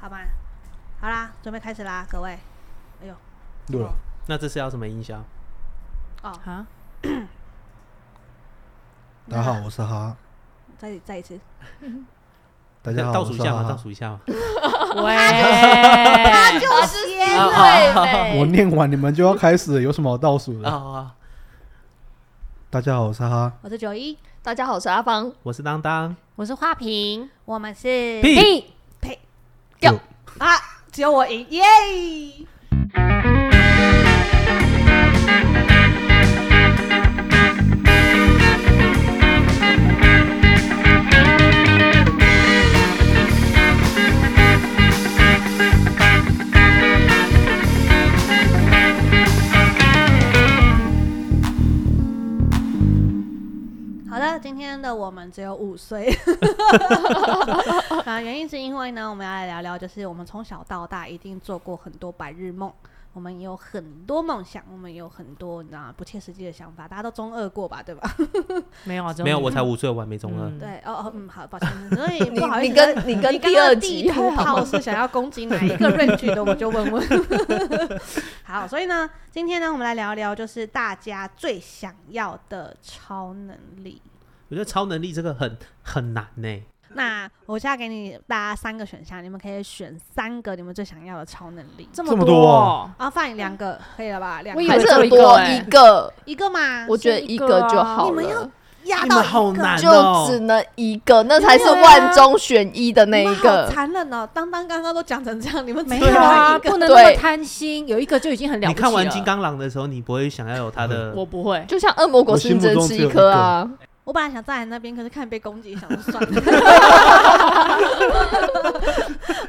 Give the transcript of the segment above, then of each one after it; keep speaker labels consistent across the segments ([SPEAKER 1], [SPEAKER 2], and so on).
[SPEAKER 1] 好吧，好啦，准备开始啦，各位。哎呦，
[SPEAKER 2] 录了
[SPEAKER 1] 哦。
[SPEAKER 3] 那这是要什么音效？
[SPEAKER 1] 哦，
[SPEAKER 4] 啊，
[SPEAKER 2] 大家好，我是哈。
[SPEAKER 1] 再再一次，
[SPEAKER 2] 大家好，
[SPEAKER 3] 倒数一下嘛，
[SPEAKER 2] 我是哈
[SPEAKER 3] 倒数一下嘛。
[SPEAKER 4] 喂，
[SPEAKER 1] 就是
[SPEAKER 4] 啊
[SPEAKER 1] 耶，
[SPEAKER 4] 啊
[SPEAKER 2] 我念完你们就要开始，有什么好倒数
[SPEAKER 3] 啊
[SPEAKER 2] 的？
[SPEAKER 3] 啊啊！
[SPEAKER 2] 大家好，我是 哈。
[SPEAKER 1] 我是九一，
[SPEAKER 4] 大家好，我是阿芳，
[SPEAKER 3] 我是当当，
[SPEAKER 4] 我是花瓶，
[SPEAKER 1] 我们是
[SPEAKER 3] 屁
[SPEAKER 1] 呸
[SPEAKER 4] 掉
[SPEAKER 1] 啊，只有我赢耶！好的，今天的我们只有五岁， 啊，原因是因为呢，我们要来聊聊，就是我们从小到大一定做过很多白日梦，我们有很多梦想，我们有很多你知道不切实际的想法，大家都中二过吧，对吧？
[SPEAKER 4] 没有啊，
[SPEAKER 3] 没有，我才五岁，我还没中二。
[SPEAKER 4] 嗯
[SPEAKER 1] 对，哦哦，嗯，好，抱歉，所以
[SPEAKER 4] 你
[SPEAKER 1] 不好意思，
[SPEAKER 4] 你跟你跟
[SPEAKER 1] 你刚
[SPEAKER 4] 第二
[SPEAKER 1] 刚
[SPEAKER 4] 集
[SPEAKER 1] 地图
[SPEAKER 4] 还好
[SPEAKER 1] 炮是想要攻击哪一个 range 的，我就问问。好，所以呢，今天呢，我们来聊聊，就是大家最想要的超能力。
[SPEAKER 3] 我觉得超能力这个很很难呢。
[SPEAKER 1] 那我现在给你大家三个选项，你们可以选三个你们最想要的超能力。
[SPEAKER 4] 这
[SPEAKER 2] 这么
[SPEAKER 4] 多
[SPEAKER 2] 多
[SPEAKER 4] 哦，
[SPEAKER 1] 啊，放你两个可以了吧？两个
[SPEAKER 4] 我以
[SPEAKER 5] 还
[SPEAKER 4] 为
[SPEAKER 5] 是
[SPEAKER 4] 只有
[SPEAKER 5] 很
[SPEAKER 4] 一个
[SPEAKER 5] 多
[SPEAKER 4] 欸
[SPEAKER 5] 一个，
[SPEAKER 1] 一个嘛，
[SPEAKER 5] 我觉得一
[SPEAKER 1] 啊
[SPEAKER 5] 个就好
[SPEAKER 1] 你们要
[SPEAKER 5] 了，
[SPEAKER 1] 压
[SPEAKER 3] 你
[SPEAKER 1] 到
[SPEAKER 3] 们
[SPEAKER 1] 一
[SPEAKER 3] 好
[SPEAKER 1] 个
[SPEAKER 3] 难
[SPEAKER 5] 就只
[SPEAKER 3] 哦。
[SPEAKER 5] 能一个，那才是万中选一的那
[SPEAKER 1] 你
[SPEAKER 5] 一
[SPEAKER 1] 们好
[SPEAKER 5] 个。
[SPEAKER 1] 残忍哦！当当刚刚都讲成这样，你们只
[SPEAKER 4] 没
[SPEAKER 1] 有
[SPEAKER 4] 有
[SPEAKER 1] 一
[SPEAKER 4] 啊，不
[SPEAKER 1] 个，
[SPEAKER 4] 能那么
[SPEAKER 5] 对
[SPEAKER 4] 贪心，有一个就已经很了
[SPEAKER 3] 你
[SPEAKER 4] 不起
[SPEAKER 3] 看完《
[SPEAKER 4] 了
[SPEAKER 3] 金，刚狼》的时候，你不会想要有他的
[SPEAKER 4] 我不会，
[SPEAKER 5] 就像恶魔果实，你只能吃一颗啊。
[SPEAKER 1] 我本来想站在那边，可是看你被攻击，想说算 了。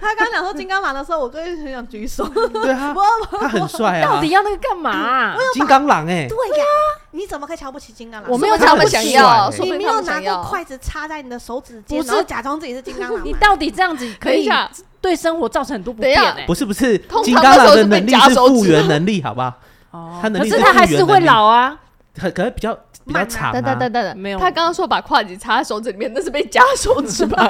[SPEAKER 1] 他刚讲说金刚狼的时候，我就一直很想举手。
[SPEAKER 3] 对啊，他很帅
[SPEAKER 4] 到
[SPEAKER 3] 啊
[SPEAKER 4] 底，要那个干嘛啊？
[SPEAKER 3] 金刚狼哎，
[SPEAKER 1] 对呀，你怎么可以瞧不起金刚狼？
[SPEAKER 5] 我
[SPEAKER 4] 没
[SPEAKER 5] 没
[SPEAKER 4] 有
[SPEAKER 5] 有
[SPEAKER 4] 瞧
[SPEAKER 5] 他
[SPEAKER 4] 不
[SPEAKER 5] 们
[SPEAKER 4] 起
[SPEAKER 5] 想要，
[SPEAKER 3] 欸
[SPEAKER 5] 说
[SPEAKER 1] 你
[SPEAKER 5] 不
[SPEAKER 1] 没
[SPEAKER 5] 定
[SPEAKER 1] 有
[SPEAKER 5] 他们
[SPEAKER 1] 拿
[SPEAKER 5] 想
[SPEAKER 1] 过
[SPEAKER 5] 要。
[SPEAKER 1] 筷子插在你的手指
[SPEAKER 4] 不
[SPEAKER 1] 间，
[SPEAKER 4] 是
[SPEAKER 1] 然后假装自己是金刚狼吗。
[SPEAKER 4] 你到底这样子可
[SPEAKER 5] 等
[SPEAKER 4] 以
[SPEAKER 5] 一下
[SPEAKER 4] 对生活造成很多不
[SPEAKER 5] 等一
[SPEAKER 4] 便
[SPEAKER 5] 下
[SPEAKER 4] 欸
[SPEAKER 3] 不是不是
[SPEAKER 5] 通，常
[SPEAKER 3] 金刚狼
[SPEAKER 5] 那时候
[SPEAKER 3] 的
[SPEAKER 5] 是被
[SPEAKER 3] 能力
[SPEAKER 5] 夹
[SPEAKER 3] 是
[SPEAKER 5] 手指
[SPEAKER 3] 复原能力，好吧？
[SPEAKER 4] 哦，
[SPEAKER 3] 他能
[SPEAKER 4] 可
[SPEAKER 3] 力
[SPEAKER 4] 是
[SPEAKER 3] 是
[SPEAKER 4] 他还
[SPEAKER 3] 复原
[SPEAKER 4] 是会
[SPEAKER 3] 能力
[SPEAKER 4] 老啊，
[SPEAKER 3] 可可能比较比较
[SPEAKER 1] 慢啊
[SPEAKER 3] 长
[SPEAKER 5] 等等
[SPEAKER 3] 啊。
[SPEAKER 5] 等等，
[SPEAKER 4] 没有
[SPEAKER 5] 他刚刚说把筷子插在手指里面，那是被夹手指吧？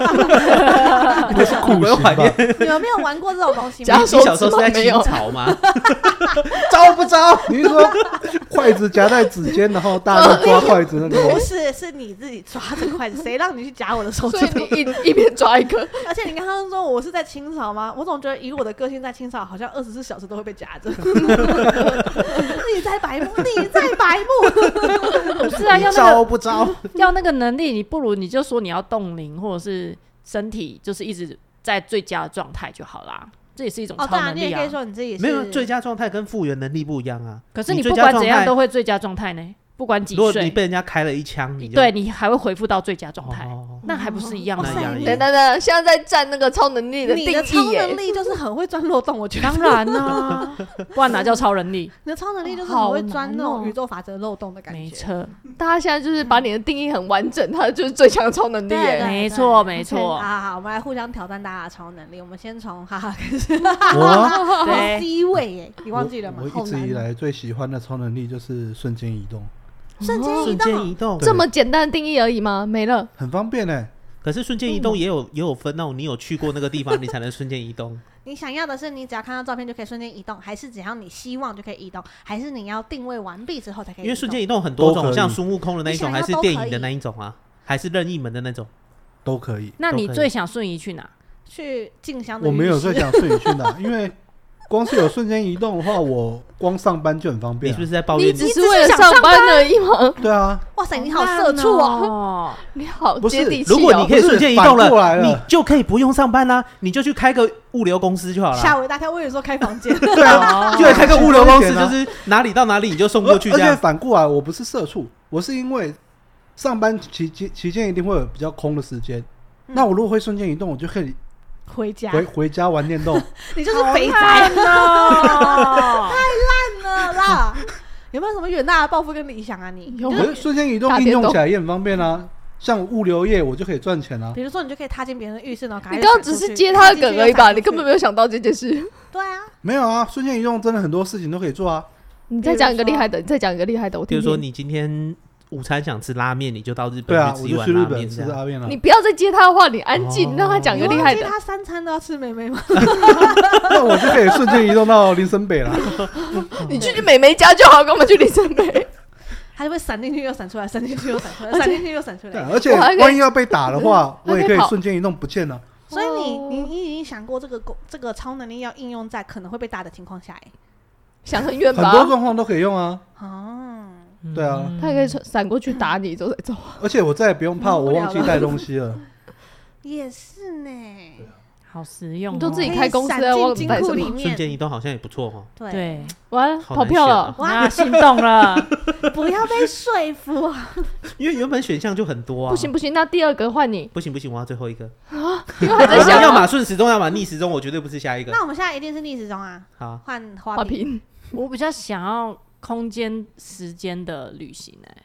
[SPEAKER 2] 你们是酷
[SPEAKER 3] 我
[SPEAKER 2] 刑
[SPEAKER 3] 会怀
[SPEAKER 2] 吧？
[SPEAKER 3] 念
[SPEAKER 1] 你们没有玩过这种东西
[SPEAKER 3] 你
[SPEAKER 1] 吗
[SPEAKER 5] 夹？
[SPEAKER 3] 你
[SPEAKER 5] 手指
[SPEAKER 3] 小时候是在
[SPEAKER 5] 吗没
[SPEAKER 3] 清
[SPEAKER 5] 有
[SPEAKER 3] 朝 吗？
[SPEAKER 2] 招不招？你是说 筷子夹在指尖，然后大
[SPEAKER 1] 哦
[SPEAKER 2] 力抓筷子那个
[SPEAKER 1] 不
[SPEAKER 2] 吗？
[SPEAKER 1] 是，是你自己抓着筷子，谁让你去夹我的手
[SPEAKER 5] 所
[SPEAKER 1] 指
[SPEAKER 5] 以
[SPEAKER 1] 头？
[SPEAKER 5] 你一一边抓一颗，
[SPEAKER 1] 而且你刚刚说我是在清朝吗？我总觉得以我的个性，在清朝好像二十四小时都会被夹着。 你在白目，你在白目。
[SPEAKER 4] 不是啊，要
[SPEAKER 2] 你
[SPEAKER 4] 那个
[SPEAKER 2] 招不招？
[SPEAKER 4] 要那个能力，你不如你就说你要冻龄，或者是身体就是一直在最佳的状态就好啦。这也是一种
[SPEAKER 1] 哦，
[SPEAKER 4] 超
[SPEAKER 1] 对啊，
[SPEAKER 4] 能
[SPEAKER 1] 你
[SPEAKER 4] 力
[SPEAKER 1] 也
[SPEAKER 4] 啊。
[SPEAKER 1] 可以说你自己是
[SPEAKER 3] 没有，最佳状态跟复原能力不一样啊。
[SPEAKER 4] 可是你
[SPEAKER 3] 最
[SPEAKER 4] 不
[SPEAKER 3] 佳
[SPEAKER 4] 管
[SPEAKER 3] 状
[SPEAKER 4] 怎样
[SPEAKER 3] 态
[SPEAKER 4] 都会最佳状态呢，不管几
[SPEAKER 3] 如果你
[SPEAKER 4] 岁，
[SPEAKER 3] 被人家开了一枪，你就
[SPEAKER 4] 对你还会恢复到最佳状态，
[SPEAKER 3] 哦
[SPEAKER 4] 那还不是一样
[SPEAKER 3] 那
[SPEAKER 4] 吗？
[SPEAKER 3] 样
[SPEAKER 5] 等等等，现在在占那个超能力
[SPEAKER 1] 你
[SPEAKER 5] 定
[SPEAKER 1] 的超
[SPEAKER 5] 义
[SPEAKER 1] 能
[SPEAKER 5] 耶。
[SPEAKER 1] 力就是很会钻漏洞，我觉得
[SPEAKER 4] 当然啦、不然哪叫超能力？
[SPEAKER 1] 你的超能力就是很会钻那
[SPEAKER 4] 好
[SPEAKER 1] 种
[SPEAKER 4] 难哦
[SPEAKER 1] 宇宙法则漏洞的感
[SPEAKER 4] 没
[SPEAKER 1] 觉。
[SPEAKER 4] 错，
[SPEAKER 5] 大家现在就是把你的定义很完整，他就是最强超能力
[SPEAKER 1] 对
[SPEAKER 5] 耶。
[SPEAKER 4] 没错，没
[SPEAKER 1] 好
[SPEAKER 4] 错。
[SPEAKER 1] 好啊好，我们来互相挑战大家的超能力。我们先从哈哈开始，
[SPEAKER 2] 我
[SPEAKER 1] 我
[SPEAKER 4] 对，
[SPEAKER 1] 第一位耶，你忘记了吗
[SPEAKER 2] 我？
[SPEAKER 1] 好
[SPEAKER 2] 一直
[SPEAKER 1] 难
[SPEAKER 2] 以
[SPEAKER 1] 哦，
[SPEAKER 2] 来最喜欢的超能力就是瞬间移动，
[SPEAKER 1] 瞬间移
[SPEAKER 3] 瞬间
[SPEAKER 1] 动，
[SPEAKER 3] 移动。
[SPEAKER 2] 对
[SPEAKER 5] 这么简单的定义而已吗？没了。
[SPEAKER 2] 很方便呢。
[SPEAKER 3] 可是瞬间移动也有也有分那种，你有去过那个地方，你才能瞬间移动。
[SPEAKER 1] 你想要的是你只要看到照片就可以瞬间移动，还是只要你希望就可以移动，还是你要定位完毕之后才可以移动？
[SPEAKER 3] 因为瞬间移动很多
[SPEAKER 2] 都
[SPEAKER 3] 种，
[SPEAKER 2] 可以
[SPEAKER 3] 像孙悟空的那一种，
[SPEAKER 1] 你想
[SPEAKER 3] 还
[SPEAKER 1] 要
[SPEAKER 3] 是
[SPEAKER 1] 都可
[SPEAKER 3] 电
[SPEAKER 1] 以
[SPEAKER 3] 影的那一种啊，还是任意门的那种。
[SPEAKER 2] 都可以。
[SPEAKER 4] 那你
[SPEAKER 3] 都可以
[SPEAKER 4] 最想瞬移去哪？
[SPEAKER 1] 去静香的
[SPEAKER 2] 我没有
[SPEAKER 1] 浴室
[SPEAKER 2] 在想瞬移去啊 哪，因为光是有瞬间移动的话，我光上班就很方
[SPEAKER 3] 你
[SPEAKER 2] 便啊
[SPEAKER 3] 是不。是在抱
[SPEAKER 5] 你
[SPEAKER 3] 怨？
[SPEAKER 5] 只是为了上班而已吗？
[SPEAKER 2] 对啊，
[SPEAKER 1] 哇塞，你好社畜哦！
[SPEAKER 4] 哦！
[SPEAKER 5] 你好
[SPEAKER 2] 不是
[SPEAKER 5] 接地气哦。
[SPEAKER 3] 如果你可以瞬间移动
[SPEAKER 2] 不是反过来了
[SPEAKER 3] 你就可以不用上班啦、你就去开个物流公司就好
[SPEAKER 1] 吓
[SPEAKER 5] 哦
[SPEAKER 3] 了。
[SPEAKER 1] 我一大跳，我以为说开房间，
[SPEAKER 2] 对啊，
[SPEAKER 1] 哦
[SPEAKER 3] 就会开个物流公司，
[SPEAKER 2] 轻松
[SPEAKER 3] 就
[SPEAKER 2] 一点啊
[SPEAKER 3] 是哪里到哪里你就送过去
[SPEAKER 2] 而
[SPEAKER 3] 这
[SPEAKER 2] 且
[SPEAKER 3] 样。
[SPEAKER 2] 哦反过来，我不是社畜，我是因为上班期间期间一定会有比较空的时间。
[SPEAKER 1] 嗯
[SPEAKER 2] 那我如果会瞬间移动，我就可以
[SPEAKER 1] 回家
[SPEAKER 2] 回回家玩电 动。
[SPEAKER 1] 你就是肥宅
[SPEAKER 4] 哦，
[SPEAKER 1] 了啦！ 有没有什么远大的抱负跟理想啊？你
[SPEAKER 5] 哦有
[SPEAKER 2] 可是瞬间移动
[SPEAKER 5] 打
[SPEAKER 2] 应
[SPEAKER 5] 电动
[SPEAKER 2] 用起来也很方便啊，像物流业我就可以赚钱啊。
[SPEAKER 1] 比如说，你就可以踏进别人的浴室，然后赶
[SPEAKER 5] 你
[SPEAKER 1] 快
[SPEAKER 5] 刚刚只是接他的梗而已吧？
[SPEAKER 1] 闪出
[SPEAKER 5] 你
[SPEAKER 1] 去
[SPEAKER 5] 根本没有想到这件事。
[SPEAKER 1] 对啊，
[SPEAKER 2] 没有啊，瞬间移动真的很多事情都可以做啊。
[SPEAKER 5] 你再讲一个厉害的，你再讲一个厉害的，我
[SPEAKER 3] 比
[SPEAKER 5] 听
[SPEAKER 3] 如
[SPEAKER 5] 听。
[SPEAKER 3] 说你今天午餐想吃拉面，你就到日
[SPEAKER 2] 对啊
[SPEAKER 3] 本，
[SPEAKER 2] 我
[SPEAKER 3] 吃一
[SPEAKER 2] 就
[SPEAKER 3] 碗
[SPEAKER 2] 去日
[SPEAKER 3] 拉
[SPEAKER 2] 本
[SPEAKER 3] 面
[SPEAKER 2] 吃
[SPEAKER 3] 这样。
[SPEAKER 2] 拉面了啊
[SPEAKER 5] 你。不要再接他的话，你安
[SPEAKER 3] 啊哦
[SPEAKER 5] 静，让他讲
[SPEAKER 1] 你
[SPEAKER 5] 个
[SPEAKER 1] 忘
[SPEAKER 5] 厉害
[SPEAKER 1] 记
[SPEAKER 5] 的。
[SPEAKER 1] 他三餐都要吃妹妹吗？
[SPEAKER 2] 那我就可以瞬间移动到林森北 了。
[SPEAKER 3] 哦
[SPEAKER 5] 你去美眉家就好，跟我们去林森北。
[SPEAKER 1] 他就会闪进去又闪出来，闪进去又闪出来，闪进去又闪出
[SPEAKER 2] 对啊，
[SPEAKER 1] 来。
[SPEAKER 2] 而且
[SPEAKER 5] 我还可以嗯
[SPEAKER 2] 万一要被打的话，
[SPEAKER 5] 还
[SPEAKER 2] 我
[SPEAKER 5] 可以
[SPEAKER 2] 也可以
[SPEAKER 5] 跑
[SPEAKER 2] 瞬间移动不见了。
[SPEAKER 1] 所以你你
[SPEAKER 5] 哦
[SPEAKER 1] 你已经想过这个功这个超能力要应用在可能会被打的情况下哎。
[SPEAKER 5] 想很远
[SPEAKER 2] 很多
[SPEAKER 5] 吧？
[SPEAKER 2] 状况都可以用啊。
[SPEAKER 1] 哦，
[SPEAKER 2] 对啊，
[SPEAKER 5] 他
[SPEAKER 4] 嗯
[SPEAKER 5] 可以闪过去打你，走走
[SPEAKER 3] 哦
[SPEAKER 5] 走。
[SPEAKER 2] 而且我再也不用怕
[SPEAKER 1] 嗯
[SPEAKER 2] 我忘记
[SPEAKER 1] 无聊
[SPEAKER 2] 带东西了。
[SPEAKER 1] 也是呢。
[SPEAKER 4] 好实用、哦，
[SPEAKER 5] 你都自己
[SPEAKER 1] 可以
[SPEAKER 5] 开公司
[SPEAKER 1] 闪
[SPEAKER 5] 啊忘了
[SPEAKER 1] 进金
[SPEAKER 5] 带
[SPEAKER 1] 库
[SPEAKER 5] 什
[SPEAKER 1] 里
[SPEAKER 5] 么
[SPEAKER 3] 瞬间移
[SPEAKER 1] 面，
[SPEAKER 3] 动好像也不错哦。
[SPEAKER 1] 对，
[SPEAKER 4] 对，
[SPEAKER 5] 完
[SPEAKER 3] 好
[SPEAKER 5] 跑
[SPEAKER 3] 难
[SPEAKER 5] 票
[SPEAKER 3] 选
[SPEAKER 5] 了
[SPEAKER 3] 啊，
[SPEAKER 4] 哇，心动 了，
[SPEAKER 1] 不要被说服啊。
[SPEAKER 3] 因为原本选项就很多啊。
[SPEAKER 5] 不行，不行，那第二个 换你，
[SPEAKER 3] 不行不行，我要最后一个。
[SPEAKER 5] 因为还在
[SPEAKER 3] 我要
[SPEAKER 4] 哦
[SPEAKER 5] 想
[SPEAKER 3] 么顺时钟，要么逆时钟，我绝对不是下一个
[SPEAKER 1] 那。我们现在一定是逆时钟啊，
[SPEAKER 3] 好，
[SPEAKER 1] 换花
[SPEAKER 5] 花
[SPEAKER 1] 瓶。
[SPEAKER 5] 瓶。
[SPEAKER 4] 我比较想要空间时间的旅行哎、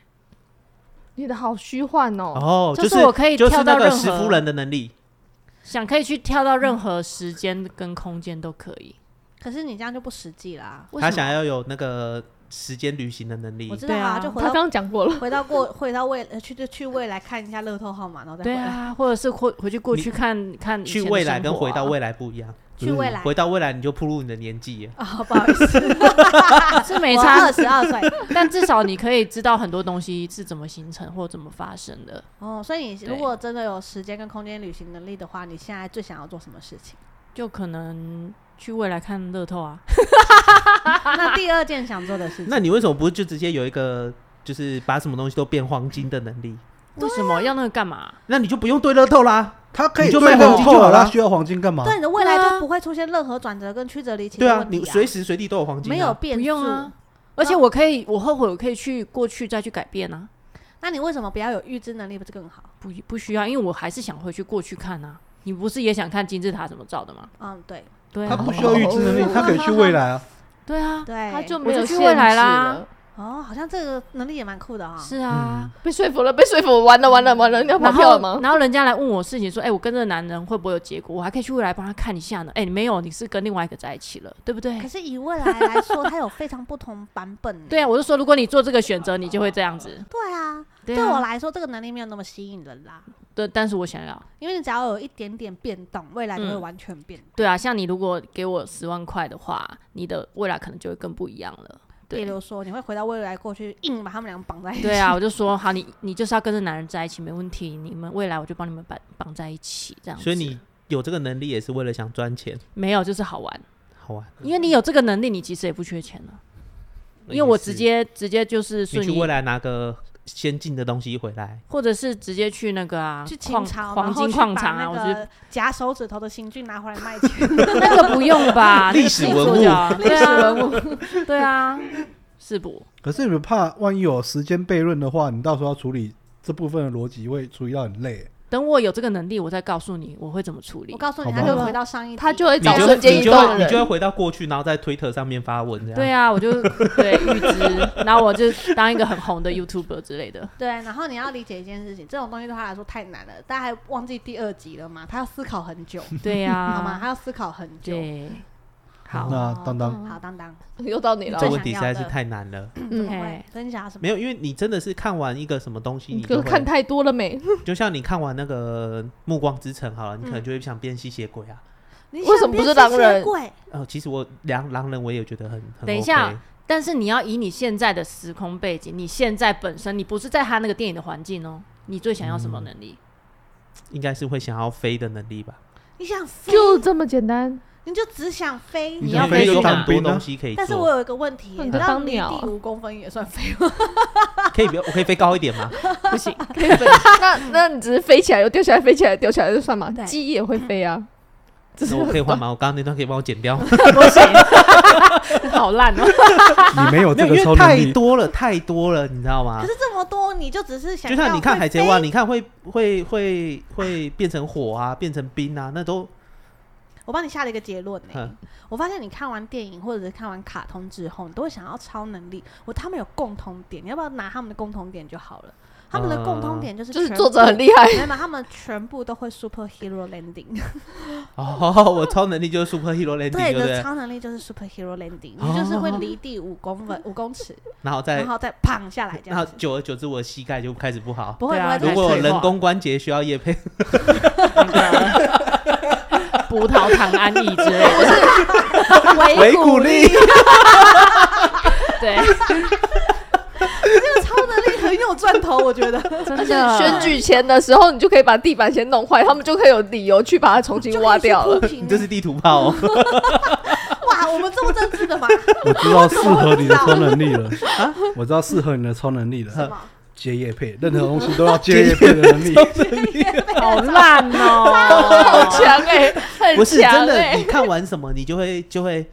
[SPEAKER 5] 你的好虚幻哦，
[SPEAKER 3] 哦，
[SPEAKER 4] 就是是我可以
[SPEAKER 3] 就是
[SPEAKER 4] 跳
[SPEAKER 3] 那
[SPEAKER 4] 到
[SPEAKER 3] 个
[SPEAKER 4] 任何
[SPEAKER 3] 石夫人的能力，
[SPEAKER 4] 想可以去跳到任何时间跟空间都可以。
[SPEAKER 1] 可是你这样就不实际啦。
[SPEAKER 4] 为
[SPEAKER 3] 他
[SPEAKER 4] 什么
[SPEAKER 3] 想要有那个时间旅行的能力
[SPEAKER 1] 我。知道
[SPEAKER 4] 对啊
[SPEAKER 1] 就回
[SPEAKER 5] 他刚
[SPEAKER 1] 到
[SPEAKER 5] 刚讲过了，
[SPEAKER 1] 回到过回到未呃去就去未来看一下乐透号码，然后再
[SPEAKER 4] 对
[SPEAKER 1] 回来。
[SPEAKER 4] 啊，或者是回回去过去看看以
[SPEAKER 3] 去
[SPEAKER 4] 前的
[SPEAKER 3] 未来
[SPEAKER 4] 生
[SPEAKER 3] 跟
[SPEAKER 4] 活
[SPEAKER 3] 回到
[SPEAKER 4] 啊
[SPEAKER 3] 未来不一样，
[SPEAKER 1] 去未来
[SPEAKER 3] 回到未来你就步入你的年纪了。
[SPEAKER 1] 啊，不好意思，
[SPEAKER 4] 是没
[SPEAKER 1] 我
[SPEAKER 4] 差
[SPEAKER 1] 二，十二岁
[SPEAKER 4] 但至少你可以知道很多东西是怎么形成或怎么发生的。
[SPEAKER 1] 哦。所以你
[SPEAKER 4] 对
[SPEAKER 1] 如果真的有时间跟空间旅行能力的话，你现在最想要做什么事情？
[SPEAKER 4] 就可能去未来看乐透啊，
[SPEAKER 1] 那第二件想做的事情，
[SPEAKER 3] 那你为什么不就直接有一个，就是把什么东西都变黄金的能力？
[SPEAKER 4] 为什么要那个干嘛？
[SPEAKER 3] 那你就不用对乐透啦。
[SPEAKER 2] 他可以
[SPEAKER 3] 你就
[SPEAKER 2] 最
[SPEAKER 3] 卖
[SPEAKER 2] 后
[SPEAKER 3] 黄金就好了啊
[SPEAKER 2] 他需要黄金干嘛？
[SPEAKER 1] 对你的未来
[SPEAKER 4] 对啊
[SPEAKER 1] 就不会出现任何转折跟曲折离奇的
[SPEAKER 3] 对啊，
[SPEAKER 1] 问题
[SPEAKER 3] 你随时随地都有黄金、啊。
[SPEAKER 1] 没有变
[SPEAKER 4] 不用啊
[SPEAKER 1] 数。，
[SPEAKER 4] 而且我可以，我后悔，我可以去过去再去改变啊，
[SPEAKER 1] 那你为什么不要有预知能力，不是更好？
[SPEAKER 4] 不不需要，因为我还是想回去过去看啊。你不是也想看金字塔怎么造的吗？
[SPEAKER 1] 嗯，对
[SPEAKER 4] 对
[SPEAKER 2] 他
[SPEAKER 4] 啊，
[SPEAKER 2] 不需要预知能力，他可以去未来啊。
[SPEAKER 4] 对啊，
[SPEAKER 1] 对，
[SPEAKER 5] 他哎就
[SPEAKER 4] 我
[SPEAKER 5] 没
[SPEAKER 4] 就
[SPEAKER 5] 有
[SPEAKER 4] 去
[SPEAKER 5] 限
[SPEAKER 4] 未来
[SPEAKER 5] 制
[SPEAKER 4] 啦
[SPEAKER 5] 了，
[SPEAKER 1] 哦，好像这个能力也蛮酷的哈。
[SPEAKER 4] 是
[SPEAKER 3] 嗯
[SPEAKER 4] 啊。
[SPEAKER 5] 被说服了，被说服，完了完了完了，你 要跑
[SPEAKER 4] 然
[SPEAKER 5] 票了
[SPEAKER 4] 后
[SPEAKER 5] 吗？
[SPEAKER 4] 然后人家来问我事情，说，哎、我跟这个男人会不会有结果？我还可以去未来帮他看一下呢。哎、你没有，你是跟另外一个在一起了，对不对
[SPEAKER 1] 可？是以未来来说，它有非常不同版本。
[SPEAKER 4] 对啊，我就说，如果你做这个选择，你就会这样子。
[SPEAKER 1] 对啊，
[SPEAKER 4] 对
[SPEAKER 1] 对我
[SPEAKER 4] 啊，
[SPEAKER 1] 来说，这个能力没有那么吸引人啦，
[SPEAKER 4] 对，但是我想要。
[SPEAKER 1] 因为你只要有一点点变动，未来就会
[SPEAKER 4] 嗯
[SPEAKER 1] 完全变动。
[SPEAKER 4] 对啊，像你如果给我十万块的话，你的未来可能就会更不一样了。
[SPEAKER 1] 比
[SPEAKER 4] 对
[SPEAKER 1] 如说，你会回到未来过去，硬把他们两个绑在一起。
[SPEAKER 4] 对啊，我就说好，你你就是要跟这男人在一起，没问题。你们未来我就帮你们绑绑在一起，这样子。
[SPEAKER 3] 所以你有这个能力也是为了想赚钱，
[SPEAKER 4] 没有就是好玩，
[SPEAKER 3] 好啊玩。
[SPEAKER 4] 因为你有这个能力，你其实也不缺钱了。因为我直接直接就是
[SPEAKER 3] 你
[SPEAKER 4] 瞬
[SPEAKER 3] 去
[SPEAKER 4] 移
[SPEAKER 3] 未，来拿个先进的东西回来，
[SPEAKER 4] 或者是直接去那个啊，
[SPEAKER 1] 去
[SPEAKER 4] 矿
[SPEAKER 1] 清朝，
[SPEAKER 4] 黄
[SPEAKER 1] 然后
[SPEAKER 4] 金
[SPEAKER 1] 去
[SPEAKER 4] 矿
[SPEAKER 1] 把
[SPEAKER 4] 场啊，
[SPEAKER 1] 那
[SPEAKER 4] 我觉得
[SPEAKER 1] 个夹手指头的刑具拿回来卖钱。
[SPEAKER 4] 那个不用 吧，
[SPEAKER 3] 历史
[SPEAKER 4] 那个
[SPEAKER 3] 文
[SPEAKER 4] 自己做就好
[SPEAKER 5] 历史
[SPEAKER 4] 对啊，
[SPEAKER 5] 文物，
[SPEAKER 4] 对啊，是不？
[SPEAKER 2] 可是你们怕万一有时间悖论的话，你到时候要处理这部分的逻辑，会处理到很累。
[SPEAKER 4] 等我有这个能力，我再告诉你 我会怎么处理
[SPEAKER 1] 我。告诉你，
[SPEAKER 2] 好
[SPEAKER 1] 他
[SPEAKER 2] 吧
[SPEAKER 1] 就回到上一集，
[SPEAKER 5] 他就会
[SPEAKER 3] 你
[SPEAKER 5] 找
[SPEAKER 3] 就会
[SPEAKER 5] 瞬间
[SPEAKER 3] 你
[SPEAKER 5] 移
[SPEAKER 3] 就
[SPEAKER 5] 动的
[SPEAKER 3] 会你就
[SPEAKER 5] 人。
[SPEAKER 3] 会回到过去，然后在推特上面发文这样。
[SPEAKER 4] 对啊，我就对预知，然后我就当一个很红的 YouTuber 之类的。
[SPEAKER 1] 对。然后你要理解一件事情，这种东西对他来说太难了。大家还忘记第二集了嘛？他要思考很久，
[SPEAKER 4] 对呀、
[SPEAKER 5] 嗯
[SPEAKER 1] 好吗？他要思考很久。
[SPEAKER 4] 对，好，
[SPEAKER 2] 那当当，
[SPEAKER 1] 好，当当，
[SPEAKER 5] 又到你了
[SPEAKER 1] 最
[SPEAKER 3] 这
[SPEAKER 1] 想
[SPEAKER 3] 个问题实在是太难了，
[SPEAKER 5] 嗯，
[SPEAKER 1] 对，真想要什么
[SPEAKER 3] 没？有，因为你真的是看完一个什么东西，
[SPEAKER 5] 你
[SPEAKER 3] 你
[SPEAKER 5] 就
[SPEAKER 3] 就
[SPEAKER 5] 看
[SPEAKER 3] 会，
[SPEAKER 5] 太多了 没？
[SPEAKER 3] 就像你看完那个《暮光之城》好了，你可能就会想变吸血鬼啊。
[SPEAKER 1] 你
[SPEAKER 5] 为什
[SPEAKER 1] 想
[SPEAKER 5] 么不是
[SPEAKER 1] 变
[SPEAKER 5] 狼
[SPEAKER 1] 吸血
[SPEAKER 5] 人
[SPEAKER 1] 鬼
[SPEAKER 3] 呃，其实我狼狼人我也觉得很很。
[SPEAKER 4] 等一下，但是你要以你现在的时空背景，你现在本身，你不是在他那个电影的环境哦，你最想要
[SPEAKER 3] 嗯
[SPEAKER 4] 什么能力？
[SPEAKER 3] 应该是会想要飞的能力吧？
[SPEAKER 1] 你想飞，
[SPEAKER 5] 就这么简单。
[SPEAKER 1] 你就只想飞。
[SPEAKER 2] 你
[SPEAKER 4] 要
[SPEAKER 3] 因为
[SPEAKER 4] 飞去
[SPEAKER 3] 有
[SPEAKER 4] 哪
[SPEAKER 2] 当
[SPEAKER 3] 很多
[SPEAKER 2] 兵啊
[SPEAKER 3] 东西可以
[SPEAKER 1] 但是我
[SPEAKER 3] 做，
[SPEAKER 1] 有一个问题，
[SPEAKER 5] 那
[SPEAKER 1] 你
[SPEAKER 5] 你
[SPEAKER 1] 知
[SPEAKER 5] 就
[SPEAKER 1] 道
[SPEAKER 5] 当
[SPEAKER 1] 离
[SPEAKER 5] 鸟
[SPEAKER 1] 地五公分也算飞吗？
[SPEAKER 3] 可以不要，我可以飞高一点吗？
[SPEAKER 4] 不行，
[SPEAKER 5] 那那你只是飞起来又掉下来，飞起来掉下来就算嘛
[SPEAKER 1] 对。
[SPEAKER 5] 鸡也会飞啊，只是
[SPEAKER 3] 那我可以换吗？我刚刚那段可以帮我剪掉吗？
[SPEAKER 4] 不行， 好烂哦。
[SPEAKER 2] 你没有
[SPEAKER 3] 没
[SPEAKER 2] 这
[SPEAKER 3] 有，
[SPEAKER 2] 个
[SPEAKER 3] 因
[SPEAKER 2] 超
[SPEAKER 3] 为
[SPEAKER 2] 能
[SPEAKER 3] 太
[SPEAKER 2] 力，
[SPEAKER 3] 多了，太多了，你知道吗
[SPEAKER 1] 可？是这么多，你就只是想
[SPEAKER 3] 啊就
[SPEAKER 1] 要
[SPEAKER 3] 像你看《
[SPEAKER 1] 会
[SPEAKER 3] 海贼王》，
[SPEAKER 1] 飞
[SPEAKER 3] 你看会会会会变成火啊，变成冰啊，那都
[SPEAKER 1] 我帮你下了一个结论呢、欸
[SPEAKER 3] 嗯
[SPEAKER 1] 我发现你看完电影或者是看完卡通之后，你都会想要超能力。我他们有共同点，你要不要拿他们的共同点就好了？他们的共
[SPEAKER 3] 嗯
[SPEAKER 1] 通点就是
[SPEAKER 5] 就是
[SPEAKER 1] 全
[SPEAKER 5] 作者
[SPEAKER 1] 部
[SPEAKER 5] 很厉害，
[SPEAKER 1] 没有，他们全部都会 superhero landing，
[SPEAKER 3] 哦， 我超能力就是 super hero landing，
[SPEAKER 1] 对
[SPEAKER 3] 对不
[SPEAKER 1] 的，
[SPEAKER 3] 对？
[SPEAKER 1] 超能力就是 superhero landing，你就是会
[SPEAKER 3] 哦
[SPEAKER 1] 离地五公 分、五公尺，
[SPEAKER 3] 然后再
[SPEAKER 1] 然，后再砰下来这
[SPEAKER 3] 然
[SPEAKER 1] 样
[SPEAKER 3] 后
[SPEAKER 1] 子。
[SPEAKER 3] 久而久之，我的膝盖就开始不好。
[SPEAKER 1] 不会
[SPEAKER 4] 对
[SPEAKER 1] 不
[SPEAKER 4] 啊
[SPEAKER 1] 会，
[SPEAKER 3] 如
[SPEAKER 1] 这
[SPEAKER 4] 如
[SPEAKER 3] 果
[SPEAKER 4] 果
[SPEAKER 3] 有人工关节需要叶配，
[SPEAKER 4] 葡萄糖安逸之类的，
[SPEAKER 1] 是
[SPEAKER 3] 维
[SPEAKER 1] 维
[SPEAKER 3] 骨
[SPEAKER 1] 骨
[SPEAKER 3] 力，
[SPEAKER 4] 对，
[SPEAKER 1] 这个超能力很有赚头，我 觉得
[SPEAKER 4] 真的
[SPEAKER 5] 选举前的时候，你就可以把地板先弄坏，他们就可以有理由去把它重新挖啊掉
[SPEAKER 1] 就
[SPEAKER 5] 了。
[SPEAKER 1] 可以去铺平
[SPEAKER 3] 你这是地图炮哦。
[SPEAKER 1] 哇，我们这么政治 的吗？
[SPEAKER 2] 我知道适合你的超能力了，
[SPEAKER 3] 啊
[SPEAKER 2] 我知道适合你的超能力
[SPEAKER 1] 什
[SPEAKER 2] 了，
[SPEAKER 1] 么？
[SPEAKER 2] 接叶配，任何东西都要接叶配的能力。
[SPEAKER 4] 好烂哦、
[SPEAKER 5] 好强 哎、很强哎、
[SPEAKER 3] 不是真的，你看完什么，你就会就会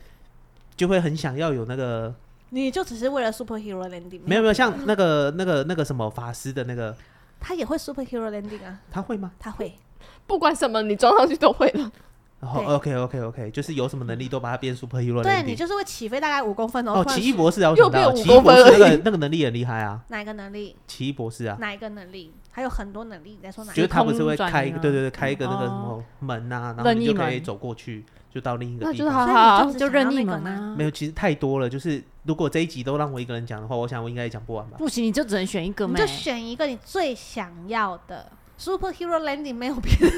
[SPEAKER 3] 就会很想要有那个，
[SPEAKER 1] 你就只是为了 superhero landing？
[SPEAKER 3] 没有没有，像那个那个那个什么法师的那个，
[SPEAKER 1] 他也会 superhero landing 啊，
[SPEAKER 3] 他会吗？
[SPEAKER 1] 他会。
[SPEAKER 5] 不管什么，你装上去都会了。
[SPEAKER 3] 然后
[SPEAKER 1] 对
[SPEAKER 3] OK OK OK，就是有什么能力都把它变 super hero
[SPEAKER 1] 对你
[SPEAKER 3] landing。
[SPEAKER 1] 就是会起飞大概五公分，然后
[SPEAKER 3] 哦，
[SPEAKER 1] 突
[SPEAKER 3] 奇
[SPEAKER 1] 然
[SPEAKER 3] 异博士啊，我想到
[SPEAKER 5] 又
[SPEAKER 3] 了
[SPEAKER 5] 变五
[SPEAKER 3] 奇异博
[SPEAKER 5] 公分
[SPEAKER 3] 士那
[SPEAKER 5] 而已
[SPEAKER 3] 个那个能力很厉害啊，
[SPEAKER 1] 哪一个能力？
[SPEAKER 3] 奇异博士啊，
[SPEAKER 1] 哪一个能力？还有很多能力，你在说哪一
[SPEAKER 3] 就
[SPEAKER 1] 个
[SPEAKER 3] 是？他不是会
[SPEAKER 4] 时
[SPEAKER 3] 开，
[SPEAKER 4] 空转移
[SPEAKER 3] 对
[SPEAKER 4] 吗
[SPEAKER 3] 对对，开一个那个什
[SPEAKER 4] 哦
[SPEAKER 3] 么门呐、然后
[SPEAKER 4] 任
[SPEAKER 3] 你
[SPEAKER 4] 意
[SPEAKER 3] 就可以
[SPEAKER 4] 门
[SPEAKER 3] 走过去，就到另一个
[SPEAKER 5] 那
[SPEAKER 3] 地
[SPEAKER 5] 就是
[SPEAKER 3] 方。
[SPEAKER 5] 好
[SPEAKER 1] 所以
[SPEAKER 5] 好
[SPEAKER 1] 你就只
[SPEAKER 4] 就
[SPEAKER 1] 想要
[SPEAKER 4] 任意
[SPEAKER 1] 那个
[SPEAKER 4] 门
[SPEAKER 1] 吗？
[SPEAKER 4] 啊
[SPEAKER 3] 没，有，其实太多了。就是如果这一集都让我一个人讲的话，我想我应该也讲不完吧。
[SPEAKER 4] 不行，你就只能选一个
[SPEAKER 1] 你
[SPEAKER 4] 嘛
[SPEAKER 1] 就。选一个你最想要的 superhero landing，没有别的，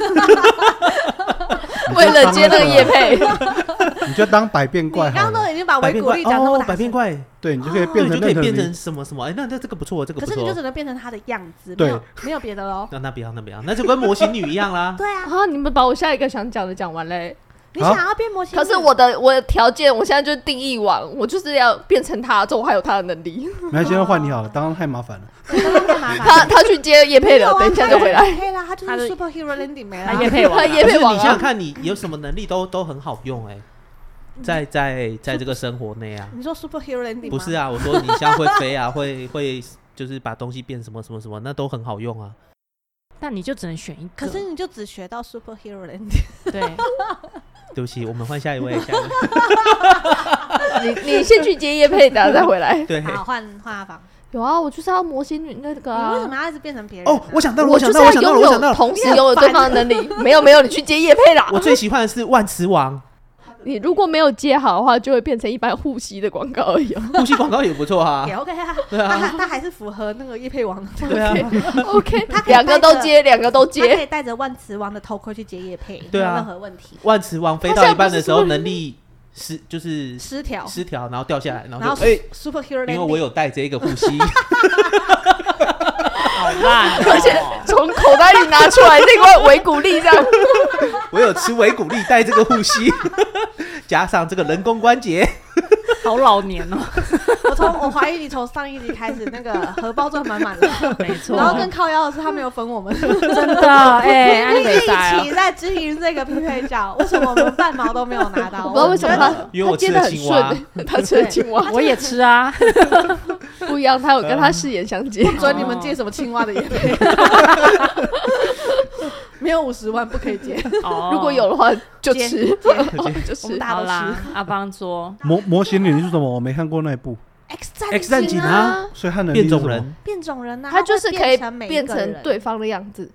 [SPEAKER 5] 为了接那个叶配，
[SPEAKER 2] 你就当百变
[SPEAKER 1] 你
[SPEAKER 2] 怪
[SPEAKER 3] 哦
[SPEAKER 1] 刚
[SPEAKER 2] 好
[SPEAKER 1] 刚
[SPEAKER 2] 了，
[SPEAKER 1] 都已经把
[SPEAKER 3] 百
[SPEAKER 1] 维
[SPEAKER 3] 变
[SPEAKER 1] 骨
[SPEAKER 3] 怪
[SPEAKER 1] 力讲那么
[SPEAKER 3] 哦，
[SPEAKER 1] 大
[SPEAKER 3] 百变
[SPEAKER 1] 声，
[SPEAKER 3] 怪，
[SPEAKER 2] 对你就可以
[SPEAKER 3] 对，
[SPEAKER 2] 变
[SPEAKER 3] 你
[SPEAKER 2] 成
[SPEAKER 3] 啊就可以
[SPEAKER 2] 任何
[SPEAKER 3] 变
[SPEAKER 2] 名
[SPEAKER 3] 成什么什么？哎，那那这个不错，这个
[SPEAKER 1] 哦可
[SPEAKER 3] 不
[SPEAKER 1] 是你就只
[SPEAKER 3] 错。
[SPEAKER 1] 能变成他的样子，没
[SPEAKER 2] 对
[SPEAKER 1] 有没有别的 喽。
[SPEAKER 3] 那那不要，那不要，那就跟模型女一样啦。
[SPEAKER 1] 对啊，
[SPEAKER 5] 啊！你们把我下一个想讲的讲完嘞、
[SPEAKER 1] 你想要变模型女，
[SPEAKER 5] 可是我的我的条件，我现在就是定义完，我就是要变成他，之后还有他的能力。
[SPEAKER 2] 没有，现在换你好了，当然太麻烦了。
[SPEAKER 1] 刚刚太麻烦
[SPEAKER 5] 他他去接叶佩
[SPEAKER 1] 没有
[SPEAKER 5] 了，
[SPEAKER 1] 啊
[SPEAKER 5] 等一下就回来。哎
[SPEAKER 1] 可以啦，他就
[SPEAKER 4] 他
[SPEAKER 1] 是
[SPEAKER 4] 的
[SPEAKER 1] superhero landing 没
[SPEAKER 4] 他也
[SPEAKER 1] 了。
[SPEAKER 4] 配我
[SPEAKER 5] 他啊 叶
[SPEAKER 3] 可
[SPEAKER 5] 佩
[SPEAKER 3] 是
[SPEAKER 5] 王
[SPEAKER 3] 你想想
[SPEAKER 5] 啊，
[SPEAKER 3] 看，你有什么能力都都很好用哎，在在在这个生活内啊，
[SPEAKER 1] 你说 superhero landing
[SPEAKER 3] 不是
[SPEAKER 1] 啊？
[SPEAKER 3] 啊，我说你像会飞啊，会会就是把东西变什么什么什么，那都很好用啊。
[SPEAKER 4] 但你就只能选一个。
[SPEAKER 1] 可是你就只学到 superhero landing，
[SPEAKER 4] 对，
[SPEAKER 3] 对不起，我们换下一位，下一位。
[SPEAKER 5] 你 你先去接叶佩，等下再回来。
[SPEAKER 3] 对，
[SPEAKER 1] 好换换阿房，
[SPEAKER 5] 有啊，我就是要模型女那个
[SPEAKER 1] 你为什
[SPEAKER 5] 啊。
[SPEAKER 1] 么要一直变成别人呢？
[SPEAKER 3] 哦，我想到了，
[SPEAKER 5] 我
[SPEAKER 3] 我
[SPEAKER 5] 就
[SPEAKER 3] 想
[SPEAKER 5] 是
[SPEAKER 3] 到了，
[SPEAKER 5] 要
[SPEAKER 3] 我想到了，我想到了。
[SPEAKER 5] 拥有同时拥有对方的能力，没有没有，你去接叶佩啦。
[SPEAKER 3] 我最喜欢的是万磁王，
[SPEAKER 5] 你如果没有接好的话，就会变成一般护膝的广告而已、
[SPEAKER 3] 呼吸广告也不错啊
[SPEAKER 1] 也。OK 啊，
[SPEAKER 3] 对
[SPEAKER 1] 他
[SPEAKER 3] 啊，
[SPEAKER 1] 还他还是符合那个叶佩王的，
[SPEAKER 3] 对 啊，
[SPEAKER 5] OK，
[SPEAKER 1] 他可以
[SPEAKER 5] 两个
[SPEAKER 1] 带着
[SPEAKER 5] 都接，两个都
[SPEAKER 1] 他可
[SPEAKER 5] 接。
[SPEAKER 1] 以带着万磁王的头盔去接叶佩，
[SPEAKER 3] 对啊
[SPEAKER 1] 没有任何问题。
[SPEAKER 3] 万磁王飞到一半的时候能力失就是
[SPEAKER 1] 失调，
[SPEAKER 3] 失调，然后掉下来，然
[SPEAKER 1] 然后
[SPEAKER 3] 后就哎，
[SPEAKER 1] superhero
[SPEAKER 3] 因为
[SPEAKER 1] landing
[SPEAKER 3] 我有带这个护膝，
[SPEAKER 4] 好烂、
[SPEAKER 5] 而且从口袋里拿出来另外维骨力这样，
[SPEAKER 3] 我有吃维骨力带这个护膝， 加上这个人工关节，
[SPEAKER 4] 好老年 哦、
[SPEAKER 1] 我从我怀疑你从上一集开始，那个荷包赚满满的，
[SPEAKER 4] 没错。
[SPEAKER 1] 然后跟靠腰的是他没有分我们，
[SPEAKER 4] 真的哎，安
[SPEAKER 1] 我
[SPEAKER 4] 利
[SPEAKER 1] 们一
[SPEAKER 4] 北
[SPEAKER 5] 啊
[SPEAKER 4] 塞
[SPEAKER 1] 起在经营这个匹配角，为什么我们半毛都没有拿到？
[SPEAKER 5] 我不知道为什么
[SPEAKER 1] 哦我觉得
[SPEAKER 5] 他
[SPEAKER 3] 因为我
[SPEAKER 5] 他接
[SPEAKER 3] 吃
[SPEAKER 5] 的
[SPEAKER 3] 了
[SPEAKER 5] 很
[SPEAKER 3] 青蛙，
[SPEAKER 5] 顺， 他吃了 青蛙
[SPEAKER 4] 我也 吃啊，
[SPEAKER 5] 不一样，他有跟他誓言相接。
[SPEAKER 1] 不准你们接什么青蛙的眼泪， 没有五十万不可以接。
[SPEAKER 4] 哦
[SPEAKER 5] 如果有的话就
[SPEAKER 1] 接
[SPEAKER 5] 吃，哦
[SPEAKER 1] 我
[SPEAKER 5] 就
[SPEAKER 1] 们
[SPEAKER 5] 吃。
[SPEAKER 1] 大家
[SPEAKER 4] 好
[SPEAKER 1] 都
[SPEAKER 4] 啦
[SPEAKER 1] 吃。，
[SPEAKER 4] 阿邦说
[SPEAKER 2] 模模型女是什么？我没看过那一部，
[SPEAKER 1] X
[SPEAKER 3] X 战警
[SPEAKER 1] 警
[SPEAKER 3] 啊，
[SPEAKER 2] 所以她能力
[SPEAKER 3] 变
[SPEAKER 2] 是什
[SPEAKER 3] 种
[SPEAKER 2] 么
[SPEAKER 3] 人，
[SPEAKER 1] 变种人呐，
[SPEAKER 5] 他就是可以
[SPEAKER 1] 会每一个
[SPEAKER 5] 变成
[SPEAKER 1] 人
[SPEAKER 5] 对方的样子，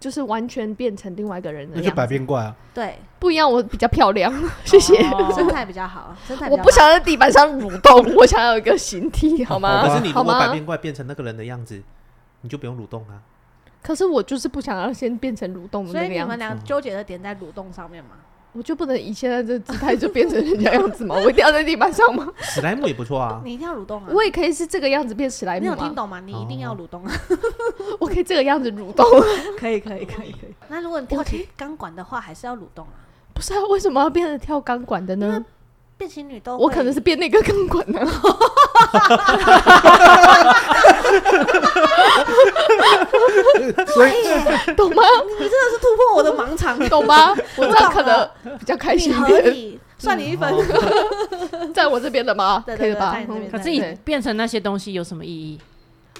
[SPEAKER 5] 就是完全变成另外一个人的
[SPEAKER 2] 那就
[SPEAKER 5] 样
[SPEAKER 2] 百
[SPEAKER 5] 子。
[SPEAKER 2] 变怪啊！
[SPEAKER 1] 对
[SPEAKER 5] 不一样，我比较漂亮， 谢谢。
[SPEAKER 4] 哦
[SPEAKER 1] 身材比较好，身材比
[SPEAKER 5] 哦我
[SPEAKER 1] 较
[SPEAKER 5] 不
[SPEAKER 1] 好
[SPEAKER 5] 想在地板上蠕动，我想要有一个形体，好
[SPEAKER 2] 好
[SPEAKER 5] 吗
[SPEAKER 2] 吧？
[SPEAKER 3] 可是你如
[SPEAKER 5] 好
[SPEAKER 3] 果
[SPEAKER 5] 吗
[SPEAKER 3] 百变怪变成那个人的样子，你就不用蠕动啊。
[SPEAKER 5] 可是我就是不想要先变成蠕动的
[SPEAKER 1] 所
[SPEAKER 5] 那
[SPEAKER 1] 以
[SPEAKER 5] 个
[SPEAKER 1] 你
[SPEAKER 5] 样
[SPEAKER 1] 们
[SPEAKER 5] 子，
[SPEAKER 1] 俩纠结的点在蠕动上面嘛？
[SPEAKER 5] 我就不能以现在这姿态就变成人家样子吗？我一定要在地板上 吗？
[SPEAKER 3] 史莱姆也不错啊，
[SPEAKER 1] 你一定要蠕动啊！
[SPEAKER 5] 我也可以是这个样子变史莱
[SPEAKER 1] 你
[SPEAKER 5] 姆
[SPEAKER 1] 有听
[SPEAKER 5] 吗？
[SPEAKER 1] 懂吗？你一定要蠕动啊！
[SPEAKER 5] 我可以这个样子蠕动，
[SPEAKER 1] 可以可以可以可以。 那如果你跳起钢管的话，还是要蠕动啊。
[SPEAKER 5] 不是啊？为什么要变成跳钢管的呢？
[SPEAKER 1] 变形女都
[SPEAKER 5] 我可能是变那个钢管啊呢、
[SPEAKER 2] 所以
[SPEAKER 5] 懂吗？
[SPEAKER 1] 你真的是突破我的盲 肠，
[SPEAKER 5] 懂吗？我
[SPEAKER 1] 懂
[SPEAKER 5] 这样可
[SPEAKER 1] 了
[SPEAKER 5] 能比较开心
[SPEAKER 1] 你
[SPEAKER 5] 一
[SPEAKER 1] 合
[SPEAKER 5] 点，
[SPEAKER 1] 理，算你一分。
[SPEAKER 5] 在我这边的吗？
[SPEAKER 1] 对
[SPEAKER 5] 可以
[SPEAKER 1] 对
[SPEAKER 5] 了
[SPEAKER 1] 对，
[SPEAKER 5] 吧
[SPEAKER 1] 在？你这边。
[SPEAKER 5] 嗯
[SPEAKER 4] 可
[SPEAKER 1] 在
[SPEAKER 4] 是你
[SPEAKER 1] 这边
[SPEAKER 5] 对
[SPEAKER 4] 变成那些东西有什么意义？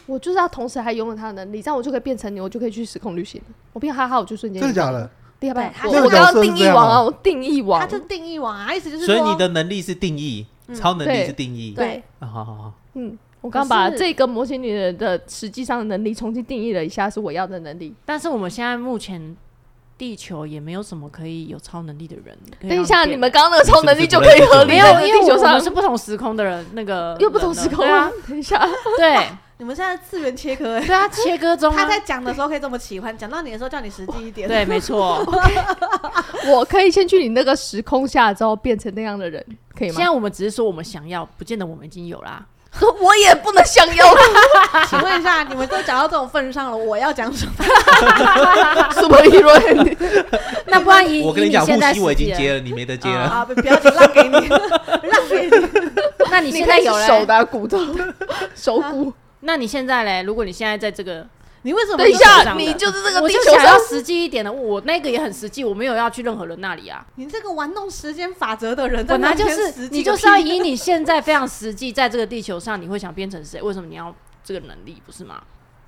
[SPEAKER 5] 我就是要同时还拥有他的能力，这样我就可以变成你，我就可以去时空旅行了。我变哈哈，我就瞬间
[SPEAKER 2] 真的假的？
[SPEAKER 5] 厉害吧
[SPEAKER 1] 对？他
[SPEAKER 5] 我
[SPEAKER 2] 是
[SPEAKER 5] 我刚
[SPEAKER 2] 这
[SPEAKER 5] 刚
[SPEAKER 2] 个角色是
[SPEAKER 5] 定义
[SPEAKER 2] 这样
[SPEAKER 5] 王啊，
[SPEAKER 2] 吗
[SPEAKER 5] 我定义
[SPEAKER 1] 他
[SPEAKER 5] 王嗯
[SPEAKER 1] 就，定义网啊，意思就是
[SPEAKER 3] 所以
[SPEAKER 1] 说
[SPEAKER 3] 你的能力是定义，
[SPEAKER 1] 嗯
[SPEAKER 3] 超能力
[SPEAKER 5] 对
[SPEAKER 3] 是定义。
[SPEAKER 1] 对
[SPEAKER 3] 啊，好好好，
[SPEAKER 5] 嗯，我刚把
[SPEAKER 4] 可是
[SPEAKER 5] 这个模型女人的呃实际上的能力重新定义了一下，是我要的能力。
[SPEAKER 4] 但是我们现在目前地球也没有什么可以有超能力的人。可以
[SPEAKER 5] 等一
[SPEAKER 4] 让
[SPEAKER 5] 下，
[SPEAKER 4] 变
[SPEAKER 5] 你们刚刚那个
[SPEAKER 3] 你是
[SPEAKER 5] 超
[SPEAKER 3] 不
[SPEAKER 5] 能
[SPEAKER 3] 是
[SPEAKER 5] 力
[SPEAKER 3] 不
[SPEAKER 5] 就
[SPEAKER 3] 认
[SPEAKER 5] 可以
[SPEAKER 3] 识
[SPEAKER 5] 合
[SPEAKER 3] 这
[SPEAKER 5] 理
[SPEAKER 4] 没
[SPEAKER 3] 个
[SPEAKER 5] 的
[SPEAKER 4] 啊有，因
[SPEAKER 5] 地
[SPEAKER 4] 为
[SPEAKER 5] 球
[SPEAKER 4] 我们
[SPEAKER 5] 上
[SPEAKER 4] 是不同时空的人，那个
[SPEAKER 5] 又不同时空
[SPEAKER 4] 人了
[SPEAKER 5] 了。等一下，
[SPEAKER 4] 对啊，
[SPEAKER 1] 们现在次元切割欸，
[SPEAKER 4] 对对啊，切割中
[SPEAKER 1] 他
[SPEAKER 4] 啊，
[SPEAKER 1] 在讲的时候可以这么奇幻，讲到你的时候叫你实际一点。
[SPEAKER 4] 对，没 错。
[SPEAKER 5] 我可以先去你那个时空下之后变成那样的人，可以
[SPEAKER 4] 现
[SPEAKER 5] 吗
[SPEAKER 4] 在？我们只是说我们想要，不见得我们已经有 啦。
[SPEAKER 5] 我也不能想要了，
[SPEAKER 1] 请问一下，你们都讲到这种份上了，我要讲什么？
[SPEAKER 5] 什么理论？
[SPEAKER 4] 那不然以
[SPEAKER 3] 我跟
[SPEAKER 4] 以
[SPEAKER 3] 你讲，
[SPEAKER 4] 现
[SPEAKER 3] 呼
[SPEAKER 4] 在
[SPEAKER 3] 吸我已
[SPEAKER 4] 实际
[SPEAKER 3] 经
[SPEAKER 4] 的
[SPEAKER 3] 接了，你没得接了。
[SPEAKER 1] 啊，不不要紧让给你， 让给你。
[SPEAKER 4] 那你
[SPEAKER 5] 你
[SPEAKER 4] 现在有
[SPEAKER 5] 了手
[SPEAKER 4] 嘞？
[SPEAKER 5] 的啊 骨头，手骨。
[SPEAKER 4] 那你现在嘞？如果你现在在这个，
[SPEAKER 1] 你为什么？
[SPEAKER 5] 等一
[SPEAKER 4] 手
[SPEAKER 5] 下，
[SPEAKER 4] 上的
[SPEAKER 5] 你就是这个
[SPEAKER 4] 我
[SPEAKER 5] 地
[SPEAKER 4] 就
[SPEAKER 5] 球
[SPEAKER 4] 想要
[SPEAKER 5] 上
[SPEAKER 4] 实际一点的，我那个也很实际，我没有要去任何人那里啊。
[SPEAKER 1] 你这个玩弄时间法则的 人，
[SPEAKER 4] 本来就
[SPEAKER 1] 在那边实
[SPEAKER 4] 是
[SPEAKER 1] 际
[SPEAKER 4] 你
[SPEAKER 1] 个
[SPEAKER 4] 就是要
[SPEAKER 1] 屁
[SPEAKER 4] 以你现在非常实际，在这个地球上，你会想变成谁？为什么你要这个能力？不是吗？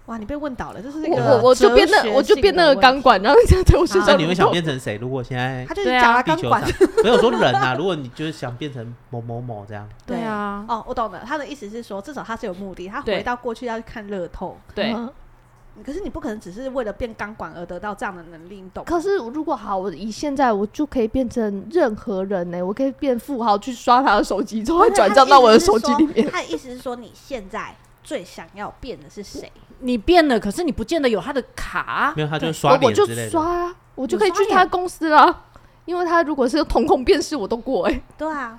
[SPEAKER 1] 哇，你被问倒了，这是那
[SPEAKER 5] 我
[SPEAKER 1] 个
[SPEAKER 5] 我我就变那我就变那个钢
[SPEAKER 1] 刚，
[SPEAKER 5] 管，然后这样对我身
[SPEAKER 1] 啊
[SPEAKER 3] 那
[SPEAKER 5] 上。
[SPEAKER 3] 你会想变成谁？如果现在
[SPEAKER 1] 他就是
[SPEAKER 4] 对啊
[SPEAKER 1] 讲了
[SPEAKER 3] 哎地
[SPEAKER 1] 钢
[SPEAKER 3] 球
[SPEAKER 1] 管
[SPEAKER 3] 上。，没有说人啊，如果你就是想变成某某某这样，
[SPEAKER 1] 对
[SPEAKER 4] 啊，
[SPEAKER 1] 哦，我懂了，他的意思是说，至少他是有目的，他
[SPEAKER 4] 对
[SPEAKER 1] 回到过去要去看乐透。
[SPEAKER 4] 对，
[SPEAKER 5] 嗯
[SPEAKER 1] 可是你不可能只是为了变钢管而得到这样的能力，你懂吗？
[SPEAKER 5] 可是如果好，我以现在我就可以变成任何人呢、我可以变富豪去刷他的手机，之后
[SPEAKER 1] 不是
[SPEAKER 5] 转账到我的手机里面。
[SPEAKER 1] 他的意思是说，他的意思是说你现在最想要变的是谁？
[SPEAKER 4] 你变了，可是你不见得有他的卡啊。
[SPEAKER 3] 没有他就刷
[SPEAKER 5] 我我
[SPEAKER 3] 脸
[SPEAKER 5] 就
[SPEAKER 3] 之类的
[SPEAKER 5] 刷。啊，我就可以去他公司啦。因为他如果是瞳孔辨识，我都过哎、
[SPEAKER 1] 对啊，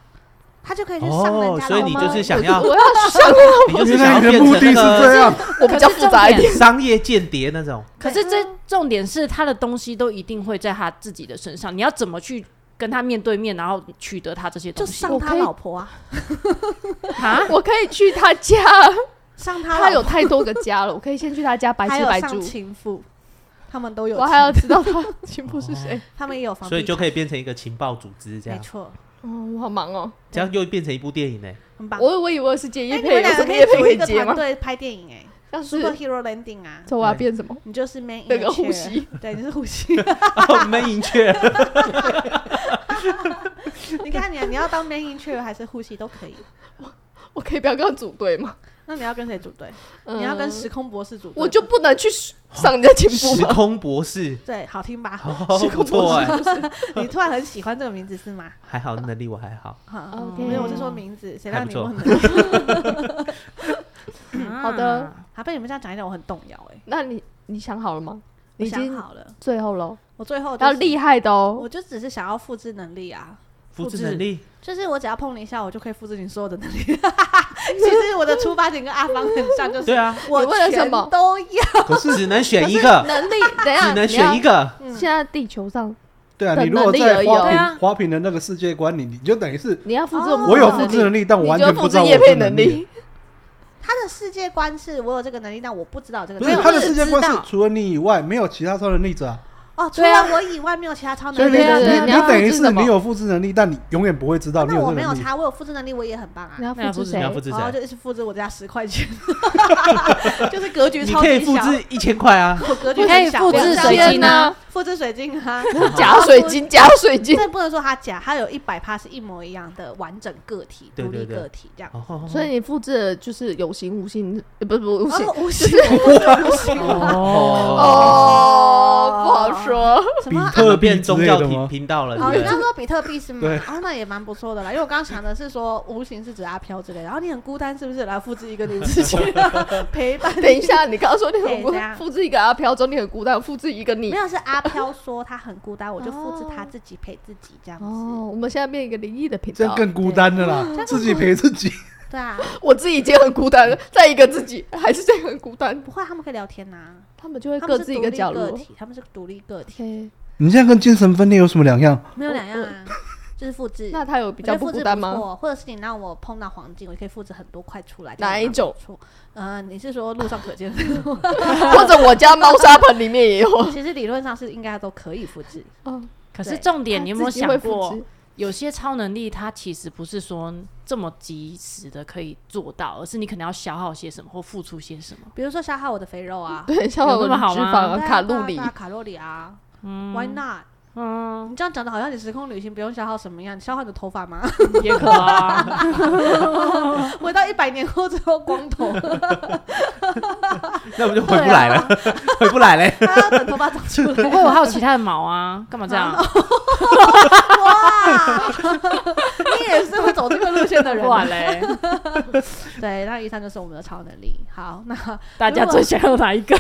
[SPEAKER 1] 他就可以去上人
[SPEAKER 3] 哦，
[SPEAKER 1] 家
[SPEAKER 3] 所以
[SPEAKER 1] 的
[SPEAKER 3] 你
[SPEAKER 1] 吗
[SPEAKER 3] 就是想
[SPEAKER 5] 我
[SPEAKER 3] 要，
[SPEAKER 5] 我要想，
[SPEAKER 3] 你就是
[SPEAKER 2] 原来
[SPEAKER 3] 想要
[SPEAKER 2] 你的
[SPEAKER 3] 变
[SPEAKER 2] 目的
[SPEAKER 3] 成
[SPEAKER 2] 是
[SPEAKER 3] 那
[SPEAKER 2] 这
[SPEAKER 3] 个
[SPEAKER 2] 样，
[SPEAKER 5] 我比较复杂一点。
[SPEAKER 3] 商业间谍那种。
[SPEAKER 4] 可是这重点是他的东西都一定会在他自己的身上，你要怎么去跟他面对面，然后取得他这些
[SPEAKER 1] 就
[SPEAKER 4] 东西
[SPEAKER 1] 上他
[SPEAKER 5] 我可以
[SPEAKER 1] 老婆啊，
[SPEAKER 4] 啊？
[SPEAKER 5] 我可以去他家，
[SPEAKER 1] 上他
[SPEAKER 5] 他
[SPEAKER 1] 老
[SPEAKER 5] 有太多个家了，我可以先去他家白
[SPEAKER 1] 还
[SPEAKER 5] 吃
[SPEAKER 1] 有
[SPEAKER 5] 白
[SPEAKER 1] 上
[SPEAKER 5] 住，
[SPEAKER 1] 情妇，他们都有
[SPEAKER 5] 我
[SPEAKER 1] 情，
[SPEAKER 5] 还要知道他 情妇是谁。
[SPEAKER 1] 他们也有房地产，
[SPEAKER 3] 所以就可以变成一个情报组织这
[SPEAKER 1] 没
[SPEAKER 3] 样，
[SPEAKER 1] 错，
[SPEAKER 5] 嗯，我好忙哦，
[SPEAKER 3] 这样又变成一部电影呢、
[SPEAKER 1] 很棒。
[SPEAKER 5] 我我以为是接
[SPEAKER 1] 哎
[SPEAKER 5] 叶
[SPEAKER 1] 你
[SPEAKER 5] 配，
[SPEAKER 1] 们
[SPEAKER 5] 有
[SPEAKER 1] 两
[SPEAKER 5] 什
[SPEAKER 1] 个
[SPEAKER 5] 么
[SPEAKER 1] 可
[SPEAKER 5] 叶
[SPEAKER 1] 以
[SPEAKER 5] 配
[SPEAKER 1] 组
[SPEAKER 5] 可
[SPEAKER 1] 一
[SPEAKER 5] 以
[SPEAKER 1] 个
[SPEAKER 5] 接吗
[SPEAKER 1] 团？队拍电影哎
[SPEAKER 5] 像是
[SPEAKER 1] ，Superhero Landing 啊，
[SPEAKER 5] 所以我要变什么？
[SPEAKER 1] 你就是 Man in
[SPEAKER 5] 那个
[SPEAKER 1] a chair
[SPEAKER 5] 呼吸，
[SPEAKER 1] 对，你是呼 吸。
[SPEAKER 3] 哦，门银雀，
[SPEAKER 1] 你看你啊，你要当 Man in chair 还是呼吸都可以。
[SPEAKER 5] 我可以不要跟他组队吗？
[SPEAKER 1] 那你要跟谁组队？
[SPEAKER 5] 嗯
[SPEAKER 1] 你要跟时空博士组队，
[SPEAKER 5] 我就不能去上人家情妇
[SPEAKER 3] 时
[SPEAKER 5] 吗？
[SPEAKER 3] 空博士，
[SPEAKER 1] 对，好听吧？
[SPEAKER 3] 哦，
[SPEAKER 5] 时
[SPEAKER 3] 不
[SPEAKER 5] 空博
[SPEAKER 3] 错
[SPEAKER 5] 士
[SPEAKER 3] 哎、
[SPEAKER 1] 你突然很喜欢这个名字是吗？
[SPEAKER 3] 还好能力我还好，
[SPEAKER 1] 哈
[SPEAKER 5] 哦
[SPEAKER 1] 嗯
[SPEAKER 5] OK
[SPEAKER 1] 没有，我是说名字，谁
[SPEAKER 3] 还
[SPEAKER 1] 让
[SPEAKER 3] 不
[SPEAKER 1] 你
[SPEAKER 3] 错
[SPEAKER 1] 问的？
[SPEAKER 4] 嗯
[SPEAKER 5] 好的，
[SPEAKER 1] 啊，被你们这样讲一讲，我很动摇哎。
[SPEAKER 5] 那你你想好了吗？
[SPEAKER 1] 我
[SPEAKER 5] 你已
[SPEAKER 1] 想
[SPEAKER 5] 经
[SPEAKER 1] 好了，
[SPEAKER 5] 最后喽，
[SPEAKER 1] 我最后
[SPEAKER 5] 要
[SPEAKER 1] 就是
[SPEAKER 5] 厉害的哦。
[SPEAKER 1] 我就只是想要复制能力啊，
[SPEAKER 3] 复制能力，
[SPEAKER 1] 就是我只要碰你一下，我就可以复制你所有的能力。 其实我的出发点跟阿芳很像，就是
[SPEAKER 3] 对啊，
[SPEAKER 1] 我
[SPEAKER 5] 你为了什
[SPEAKER 1] 全
[SPEAKER 5] 么
[SPEAKER 1] 都要。
[SPEAKER 3] 可是只能选一个，
[SPEAKER 5] 能力，等一下
[SPEAKER 3] 只能
[SPEAKER 5] 你要
[SPEAKER 3] 选一个，
[SPEAKER 1] 嗯
[SPEAKER 5] 现在地球上，
[SPEAKER 2] 对啊，
[SPEAKER 5] 的
[SPEAKER 2] 你如果
[SPEAKER 5] 能力
[SPEAKER 2] 在
[SPEAKER 5] 而已
[SPEAKER 2] 花
[SPEAKER 5] 哦
[SPEAKER 4] 对
[SPEAKER 2] 瓶、
[SPEAKER 4] 啊
[SPEAKER 2] 花瓶的那个世界观里，你就等于是
[SPEAKER 5] 你要复制我们
[SPEAKER 1] 哦
[SPEAKER 2] 我有
[SPEAKER 5] 的
[SPEAKER 2] 复制
[SPEAKER 5] 能
[SPEAKER 2] 能
[SPEAKER 5] 力，
[SPEAKER 2] 力，但我完
[SPEAKER 5] 你就
[SPEAKER 2] 全
[SPEAKER 5] 复
[SPEAKER 2] 不知
[SPEAKER 5] 制
[SPEAKER 2] 道我
[SPEAKER 5] 叶
[SPEAKER 2] 有
[SPEAKER 5] 配
[SPEAKER 2] 这
[SPEAKER 5] 能
[SPEAKER 2] 力。
[SPEAKER 5] 力。
[SPEAKER 1] 他的世界观是我有这个能力，但我不知道这个
[SPEAKER 2] 不
[SPEAKER 1] 能
[SPEAKER 2] 是
[SPEAKER 1] 力。
[SPEAKER 2] 他的
[SPEAKER 1] 我只
[SPEAKER 2] 世界观
[SPEAKER 1] 知
[SPEAKER 2] 是
[SPEAKER 1] 道
[SPEAKER 2] 除了你以外没有其他超能力者啊，
[SPEAKER 1] 哦，除
[SPEAKER 4] 对啊
[SPEAKER 1] 了我以外没有其他超
[SPEAKER 2] 所以
[SPEAKER 1] 能
[SPEAKER 2] 你
[SPEAKER 1] 力
[SPEAKER 5] 对
[SPEAKER 1] 了。
[SPEAKER 5] 啊对啊
[SPEAKER 2] 你
[SPEAKER 5] 你
[SPEAKER 2] 你
[SPEAKER 5] 要
[SPEAKER 2] 就等于
[SPEAKER 5] 复制什
[SPEAKER 2] 是
[SPEAKER 5] 么
[SPEAKER 2] 你有复制能力，但你永远不会知道你
[SPEAKER 1] 那我
[SPEAKER 2] 这
[SPEAKER 1] 没
[SPEAKER 2] 个
[SPEAKER 1] 有
[SPEAKER 2] 能力。
[SPEAKER 1] 差，我有复制能力，我也很棒啊
[SPEAKER 5] 你。要
[SPEAKER 4] 那要
[SPEAKER 5] 复
[SPEAKER 4] 复制
[SPEAKER 5] 制谁
[SPEAKER 3] 你要？复制
[SPEAKER 1] 然后
[SPEAKER 3] 谁？
[SPEAKER 1] 就是复制我家十块 钱，就是格局
[SPEAKER 3] 你
[SPEAKER 1] 超
[SPEAKER 3] 可以
[SPEAKER 1] 级
[SPEAKER 3] 复
[SPEAKER 1] 小，
[SPEAKER 3] 制一千 块啊，
[SPEAKER 1] 我格局
[SPEAKER 4] 你可以
[SPEAKER 1] 很小
[SPEAKER 4] 复
[SPEAKER 1] 我
[SPEAKER 4] 制
[SPEAKER 1] 知道
[SPEAKER 4] 水
[SPEAKER 1] 天
[SPEAKER 4] 晶
[SPEAKER 1] 哪
[SPEAKER 4] 啊，
[SPEAKER 1] 复制水晶啊。
[SPEAKER 5] 假水晶，假水晶。
[SPEAKER 1] 这不能说它假，它有一百趴是一模一样的完整个体、
[SPEAKER 3] 对
[SPEAKER 1] 独立
[SPEAKER 3] 对对
[SPEAKER 1] 个体这样。
[SPEAKER 3] 哦，
[SPEAKER 5] 所以你复制的就是有形无形，呃不 不无形
[SPEAKER 1] 哦，无形无形
[SPEAKER 3] 哦，
[SPEAKER 5] 哦，不好 说。
[SPEAKER 1] 什么？
[SPEAKER 2] 特币
[SPEAKER 3] 变宗教
[SPEAKER 2] 之类的吗
[SPEAKER 3] 频频道了，
[SPEAKER 1] 哦，
[SPEAKER 3] 对
[SPEAKER 1] 你
[SPEAKER 3] 不
[SPEAKER 1] 刚
[SPEAKER 3] 对？
[SPEAKER 1] 说比特币是吗
[SPEAKER 2] 对？
[SPEAKER 1] 哦，那也蛮不错的啦。因为我刚刚想的是说，无形是指阿飘之类的，然后你很孤单，是不是？来复制一个你自 己陪伴。
[SPEAKER 5] 等一，下，你刚刚说你很孤
[SPEAKER 1] 对这样
[SPEAKER 5] 复制一个阿飘之后你很孤单，我复制一个你
[SPEAKER 1] 没。有是阿飘说他很孤单，我就复制他自己陪自己这样
[SPEAKER 5] 哦，
[SPEAKER 1] 子。
[SPEAKER 5] 我们现在变一个灵异的频
[SPEAKER 2] 这样
[SPEAKER 5] 道。
[SPEAKER 2] 更孤单的啦， 自己陪自己。
[SPEAKER 1] 对啊，
[SPEAKER 5] 我自己已经很孤单了，再一个自己还是这样很孤单，
[SPEAKER 1] 不会，啊他们可以聊天呐。
[SPEAKER 5] 他们就会
[SPEAKER 1] 他
[SPEAKER 5] 各
[SPEAKER 1] 们是
[SPEAKER 5] 自一
[SPEAKER 1] 独
[SPEAKER 5] 个
[SPEAKER 1] 立
[SPEAKER 5] 角
[SPEAKER 1] 个
[SPEAKER 5] 落。
[SPEAKER 1] 体，他们是独立个体，
[SPEAKER 5] OK，
[SPEAKER 2] 你现在跟精神分裂有什么两样？
[SPEAKER 1] 没有两样啊，就是复制。
[SPEAKER 5] 哦那他有比较
[SPEAKER 1] 我觉得
[SPEAKER 5] 不
[SPEAKER 1] 复制
[SPEAKER 5] 孤
[SPEAKER 1] 不
[SPEAKER 5] 单吗？
[SPEAKER 1] 错？或者是你让我碰到黄金，我可以复制很多块出来。
[SPEAKER 5] 哪一 种
[SPEAKER 1] 这样也蛮不错？呃，你是说路上可见的？
[SPEAKER 5] 或者我家猫砂盆里面也 有。
[SPEAKER 1] 其实理论上是应该都可以复制。
[SPEAKER 5] 嗯，
[SPEAKER 4] 可是重点，你有没有
[SPEAKER 5] 自己会
[SPEAKER 4] 想
[SPEAKER 5] 复
[SPEAKER 4] 过
[SPEAKER 5] 制，
[SPEAKER 4] 有些超能力它其实不是说这么及时的可以做到，而是你可能要消耗些什么或付出些什 么。
[SPEAKER 1] 比如说消 耗我的肥肉啊，
[SPEAKER 5] 对，像我
[SPEAKER 4] 有那
[SPEAKER 5] 们
[SPEAKER 4] 么好
[SPEAKER 5] 脂
[SPEAKER 4] 吗
[SPEAKER 5] 肪啊、
[SPEAKER 1] 对啊
[SPEAKER 5] 卡
[SPEAKER 1] 对啊
[SPEAKER 5] 路里
[SPEAKER 1] 对啊，卡路里啊，Why not？
[SPEAKER 4] 嗯，
[SPEAKER 1] 你这样讲的好像你时空旅行不用消耗什么样，你消耗你的头发吗？
[SPEAKER 4] 也可啊，
[SPEAKER 1] 回到一百年后之后光头，
[SPEAKER 3] 那我们就回不来了， 回不来嘞。
[SPEAKER 1] 还要等头发长出来。
[SPEAKER 4] 不过我还有其他的毛啊，干嘛这样？
[SPEAKER 1] 哇， 你也是会走这个路线的人。啊
[SPEAKER 4] 哇嘞，
[SPEAKER 1] 对，那以上就是我们的超能力。好，那
[SPEAKER 4] 大家最想要哪一个？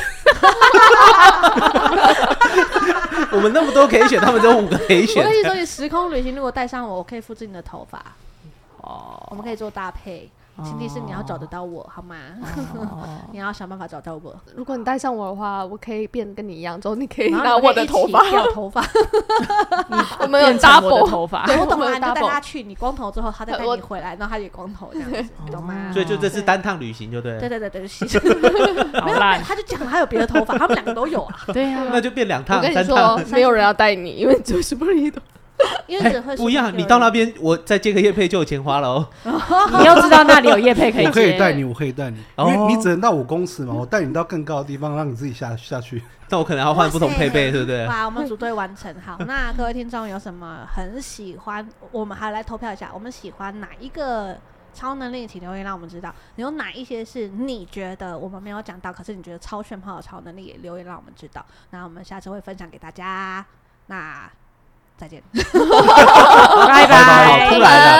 [SPEAKER 3] 我们那么多可以选，他们只有五个可以
[SPEAKER 1] 我
[SPEAKER 3] 选
[SPEAKER 1] 跟。你说，你时空旅行如果带上我，我可以复制你的头发，
[SPEAKER 4] 哦，
[SPEAKER 1] 我们可以做搭配。前提是你要找得到我，好吗？
[SPEAKER 4] 哦
[SPEAKER 1] 你要想办法找到我，
[SPEAKER 5] 如果你带上我的话，我可以变得跟你一样，之后你可以
[SPEAKER 1] 然
[SPEAKER 5] 拿
[SPEAKER 1] 后
[SPEAKER 5] 我的头发，
[SPEAKER 1] 掉头 发，
[SPEAKER 5] 我们有
[SPEAKER 4] 变成我的
[SPEAKER 5] double，
[SPEAKER 4] 头发，
[SPEAKER 5] 对
[SPEAKER 1] 我懂
[SPEAKER 5] 我
[SPEAKER 1] 了，
[SPEAKER 5] 有
[SPEAKER 1] 你就带
[SPEAKER 5] double
[SPEAKER 1] 他去，你光头之后，他再带
[SPEAKER 5] 我
[SPEAKER 1] 你回来，然后他也光头这样子，懂吗？
[SPEAKER 3] 哦所以就这次单趟旅行就对了，
[SPEAKER 1] 对对对对， 是
[SPEAKER 4] 好
[SPEAKER 1] 没有， 没有
[SPEAKER 4] 烂，
[SPEAKER 1] 他就讲了他有别的头发，他们两个都有啊，
[SPEAKER 4] 对呀，
[SPEAKER 3] 那就变两
[SPEAKER 5] 我
[SPEAKER 3] 趟
[SPEAKER 5] 跟你
[SPEAKER 3] 三
[SPEAKER 5] 说
[SPEAKER 3] 趟。，
[SPEAKER 5] 没有人要带你，因为你 就是 b u r r
[SPEAKER 1] 因为
[SPEAKER 3] 哎
[SPEAKER 1] 只会
[SPEAKER 3] 不一样，
[SPEAKER 1] 19
[SPEAKER 3] 你到那边，我再接个叶配就有钱花了哦。
[SPEAKER 4] 你要知道那里有叶配可以接，
[SPEAKER 2] 我可以 带你，我可以带你，因为
[SPEAKER 3] 哦
[SPEAKER 2] 你只能到五公尺嘛，我带你到更高的地方，让你自己下下去。
[SPEAKER 3] 那我可能要换不同配备，
[SPEAKER 1] 哇塞
[SPEAKER 3] 对不对？
[SPEAKER 1] 哇，我 们组队完成。好，那各位听众有什么很喜欢？我们还来投票一下，我们喜欢哪一个超能力？请留言让我们知道。有哪一些是你觉得我们没有讲到，可是你觉得超炫炮的超能力，也留言让我们知道。那我们下次会分享给大家。那再见。
[SPEAKER 4] 拜
[SPEAKER 3] 拜
[SPEAKER 4] 拜
[SPEAKER 3] 拜，。突然啊。